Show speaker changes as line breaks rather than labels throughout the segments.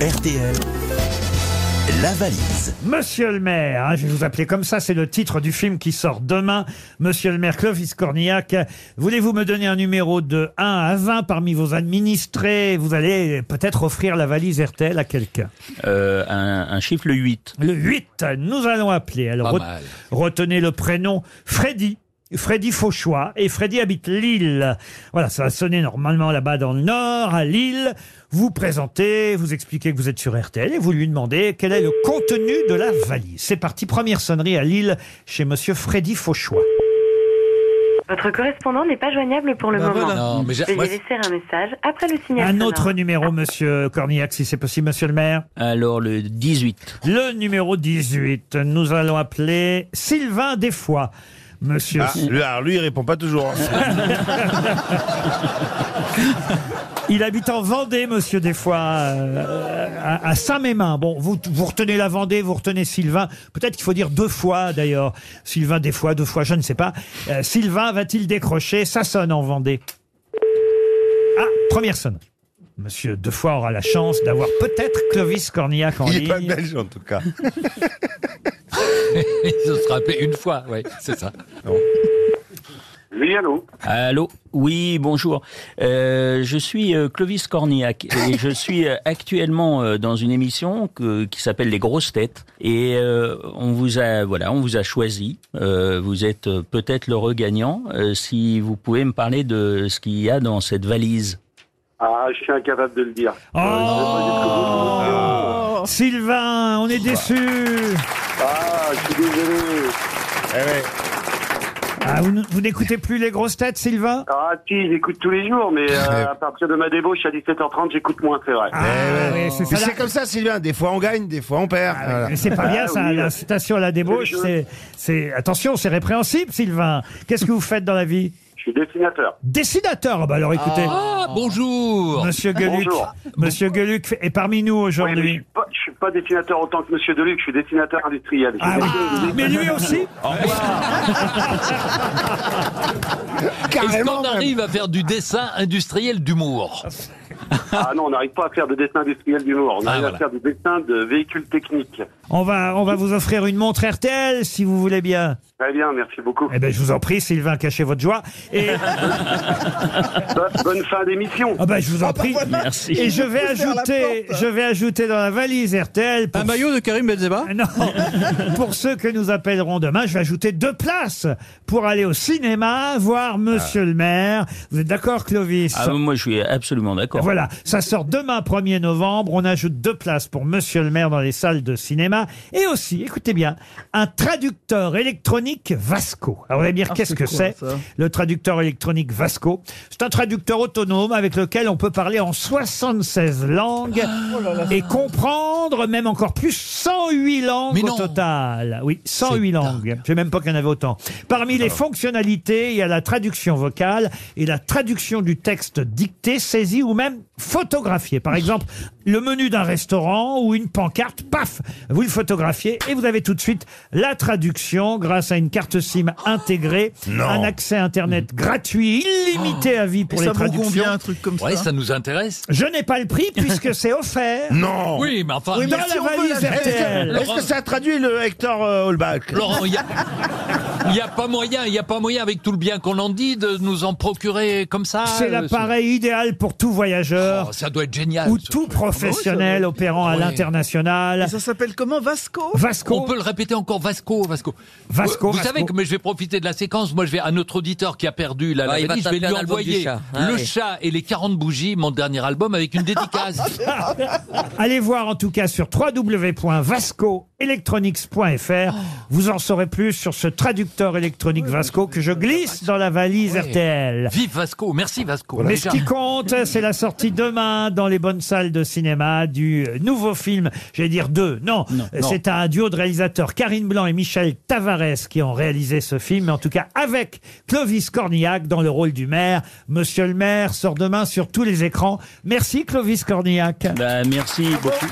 RTL, la valise.
Monsieur le maire, hein, je vais vous appeler comme ça, c'est le titre du film qui sort demain. Monsieur le maire Clovis Cornillac, voulez-vous me donner un numéro de 1 à 20 parmi vos administrés Vous allez peut-être offrir la valise RTL à quelqu'un.
Euh, un, un chiffre, le 8.
Le 8, nous allons appeler. Alors, re- retenez le prénom Freddy. Freddy Fauchois. Et Freddy habite Lille. Voilà, ça va sonner normalement là-bas dans le nord, à Lille. Vous présentez, vous expliquez que vous êtes sur RTL et vous lui demandez quel est le contenu de la valise. C'est parti, première sonnerie à Lille chez monsieur Freddy Fauchois.
Votre correspondant n'est pas joignable pour le moment.
Non, Ah, mais j'ai-
Veuillez
moi,
laisser un message après le signal.
Bah Un
sonore.
autre numéro, monsieur Cornillac, si c'est possible, monsieur le maire.
Alors, le 18.
Le numéro 18, nous allons appeler Sylvain Desfois. Monsieur,
Ah, lui, alors, lui, il répond pas toujours. hein.
il habite en Vendée, monsieur Desfois, euh, à, à Saint-Mémin. Bon, vous, vous retenez la Vendée, vous retenez Sylvain. Peut-être qu'il faut dire deux fois, d'ailleurs. Sylvain Desfois, deux fois, je ne sais pas. Euh, Sylvain va-t-il décrocher Ça sonne en Vendée. Ah, première sonnerie. Monsieur Desfois aura la chance d'avoir peut-être Clovis Cornillac en
Il est
ligne. Eh
pas belge en tout cas.
Ils ont se rappelé une fois, oui, c'est ça.
Oui, allô
Allô Oui, bonjour. Euh, je suis euh, Clovis Cornillac et je suis euh, actuellement euh, dans une émission que- qui s'appelle Les Grosses Têtes et euh, on vous a voilà, on vous a choisi. Euh, vous êtes euh, peut-être le regagnant euh, si vous pouvez me parler de ce qu'il y a dans cette valise.
Ah, je suis incapable de le dire.
Oh. Sylvain, on est déçu.
Ah, je suis désolé.
Eh ouais.
Ah, vous, n- vous n'écoutez plus les grosses têtes, Sylvain
Ah, si, j'écoute tous les jours, mais euh,
Ouais.
à partir de ma débauche à 17h30, j'écoute moins, c'est vrai.
Ah, oui, c'est
Eh Mais
ça.
c'est
la-
comme ça, Sylvain. Des fois on gagne, des fois on perd. Voilà.
Mais c'est pas bien
Ah,
ça,
oui.
l'incitation à la débauche,
Oui, je-
c'est, c'est, attention, c'est répréhensible, Sylvain. Qu'est-ce que vous faites dans la vie
Je suis dessinateur.
Dessinateur. Ah, Bah alors, écoutez,
Ah, bonjour
Monsieur Gueluc,
Bonjour.
Monsieur Gueluc est parmi nous
Oui, mais je
aujourd'hui.
suis pas, je suis pas dessinateur autant que Monsieur Deluc, je suis dessinateur industriel. Je suis
Ah, oui.
désolé.
mais lui aussi.
Est-ce qu'on
Carrément. même.
arrive à faire du dessin industriel d'humour
Ah non, on n'arrive pas à faire de dessin industriel d'humour. On
Ah,
arrive
voilà.
à faire du dessin de véhicules techniques.
On va, on va vous offrir une montre RTL si vous voulez bien.
Très bien, merci beaucoup.
Eh ben, je vous en prie, Sylvain, cachez votre joie. Et
Bo- Bonne fin d'émission.
ah ben, je vous en prie.
Merci.
Et je vais ajouter, je vais ajouter dans la valise RTL pour Ah
Un maillot de Karim Benzema
Non. pour ceux que nous appellerons demain, je vais ajouter deux places pour aller au cinéma voir Monsieur
Ah.
le Maire. Vous êtes d'accord, Clovis
Ah, moi, je suis absolument d'accord.
Voilà, ça sort demain 1er novembre. On ajoute deux places pour Monsieur le Maire dans les salles de cinéma. Et aussi, écoutez bien, un traducteur électronique Vasco. Alors, on va dire qu'est-ce que c'est Le traducteur électronique Vasco. C'est un traducteur autonome avec lequel on peut parler en 76 langues et comprendre même encore plus 108 langues
Mais
au
non.
total. Oui, 108 langues. Je sais même pas qu'il y en avait autant. Parmi
Ah.
les fonctionnalités, il y a la traduction vocale et la traduction du texte dicté, saisi ou même photographié. Par exemple, le menu d'un restaurant ou une pancarte, paf, vous le photographiez et vous avez tout de suite la traduction grâce à une carte SIM intégrée, un accès Internet
Mm.
gratuit, illimité à vie pour les
Ça vaut
traductions.
combien un truc comme
Ouais,
ça
ça nous intéresse.
Je n'ai pas le prix puisque c'est offert.
Non.
Oui, mais enfin,
dans
si
la
on veut
valise
la- Est-ce
RTL.
que- est-ce que ça traduit le Hector euh, Holbach
Laurent, il n'y a, il y a pas moyen, il n'y a pas moyen, avec tout le bien qu'on en dit, de nous en procurer comme ça.
Ah,
C'est
euh,
l'appareil idéal pour tout voyageur
Oh, ça doit être génial.
ou
ce
tout
truc.
professionnel opérant à
Ouais.
l'international.
Ça s'appelle comment Vasco
Vasco,
On peut le répéter encore, Vasco, Vasco.
Vasco,
Vous, vous
Vasco.
savez que mais je vais profiter de la séquence. Moi, je vais à notre auditeur qui a perdu la, la
Ah, il va
valise, je vais
taper
lui
un album
envoyer
du chat. Ah,
le
oui.
chat et les 40 bougies, mon dernier album, avec une dédicace.
allez voir en tout cas sur www.vascoelectronics.fr.
Ah.
Vous en saurez plus sur ce traducteur électronique Vasco que je glisse dans la valise
Ouais.
RTL.
Vive Vasco, merci Vasco.
Mais ce
Déjà.
qui compte, c'est la sortie demain dans les bonnes salles de cinéma du nouveau film, j'allais dire deux, non, c'est un duo de réalisateurs, Karine Blanc et Michel Tavares, qui ont réalisé ce film, mais en tout cas avec Clovis Cornillac dans le rôle du maire. Monsieur le maire sort demain sur tous les écrans. Merci Clovis Cornillac.
Bah, merci beaucoup.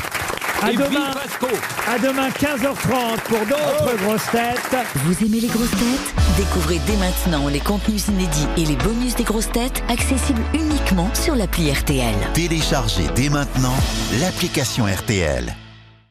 À
Et vive
demain,
Vasco.
à demain 15h30 pour d'autres grosses têtes.
Vous aimez les grosses têtes
Découvrez dès maintenant les contenus inédits et les bonus des grosses têtes accessibles uniquement sur l'appli RTL.
Téléchargez dès maintenant l'application RTL.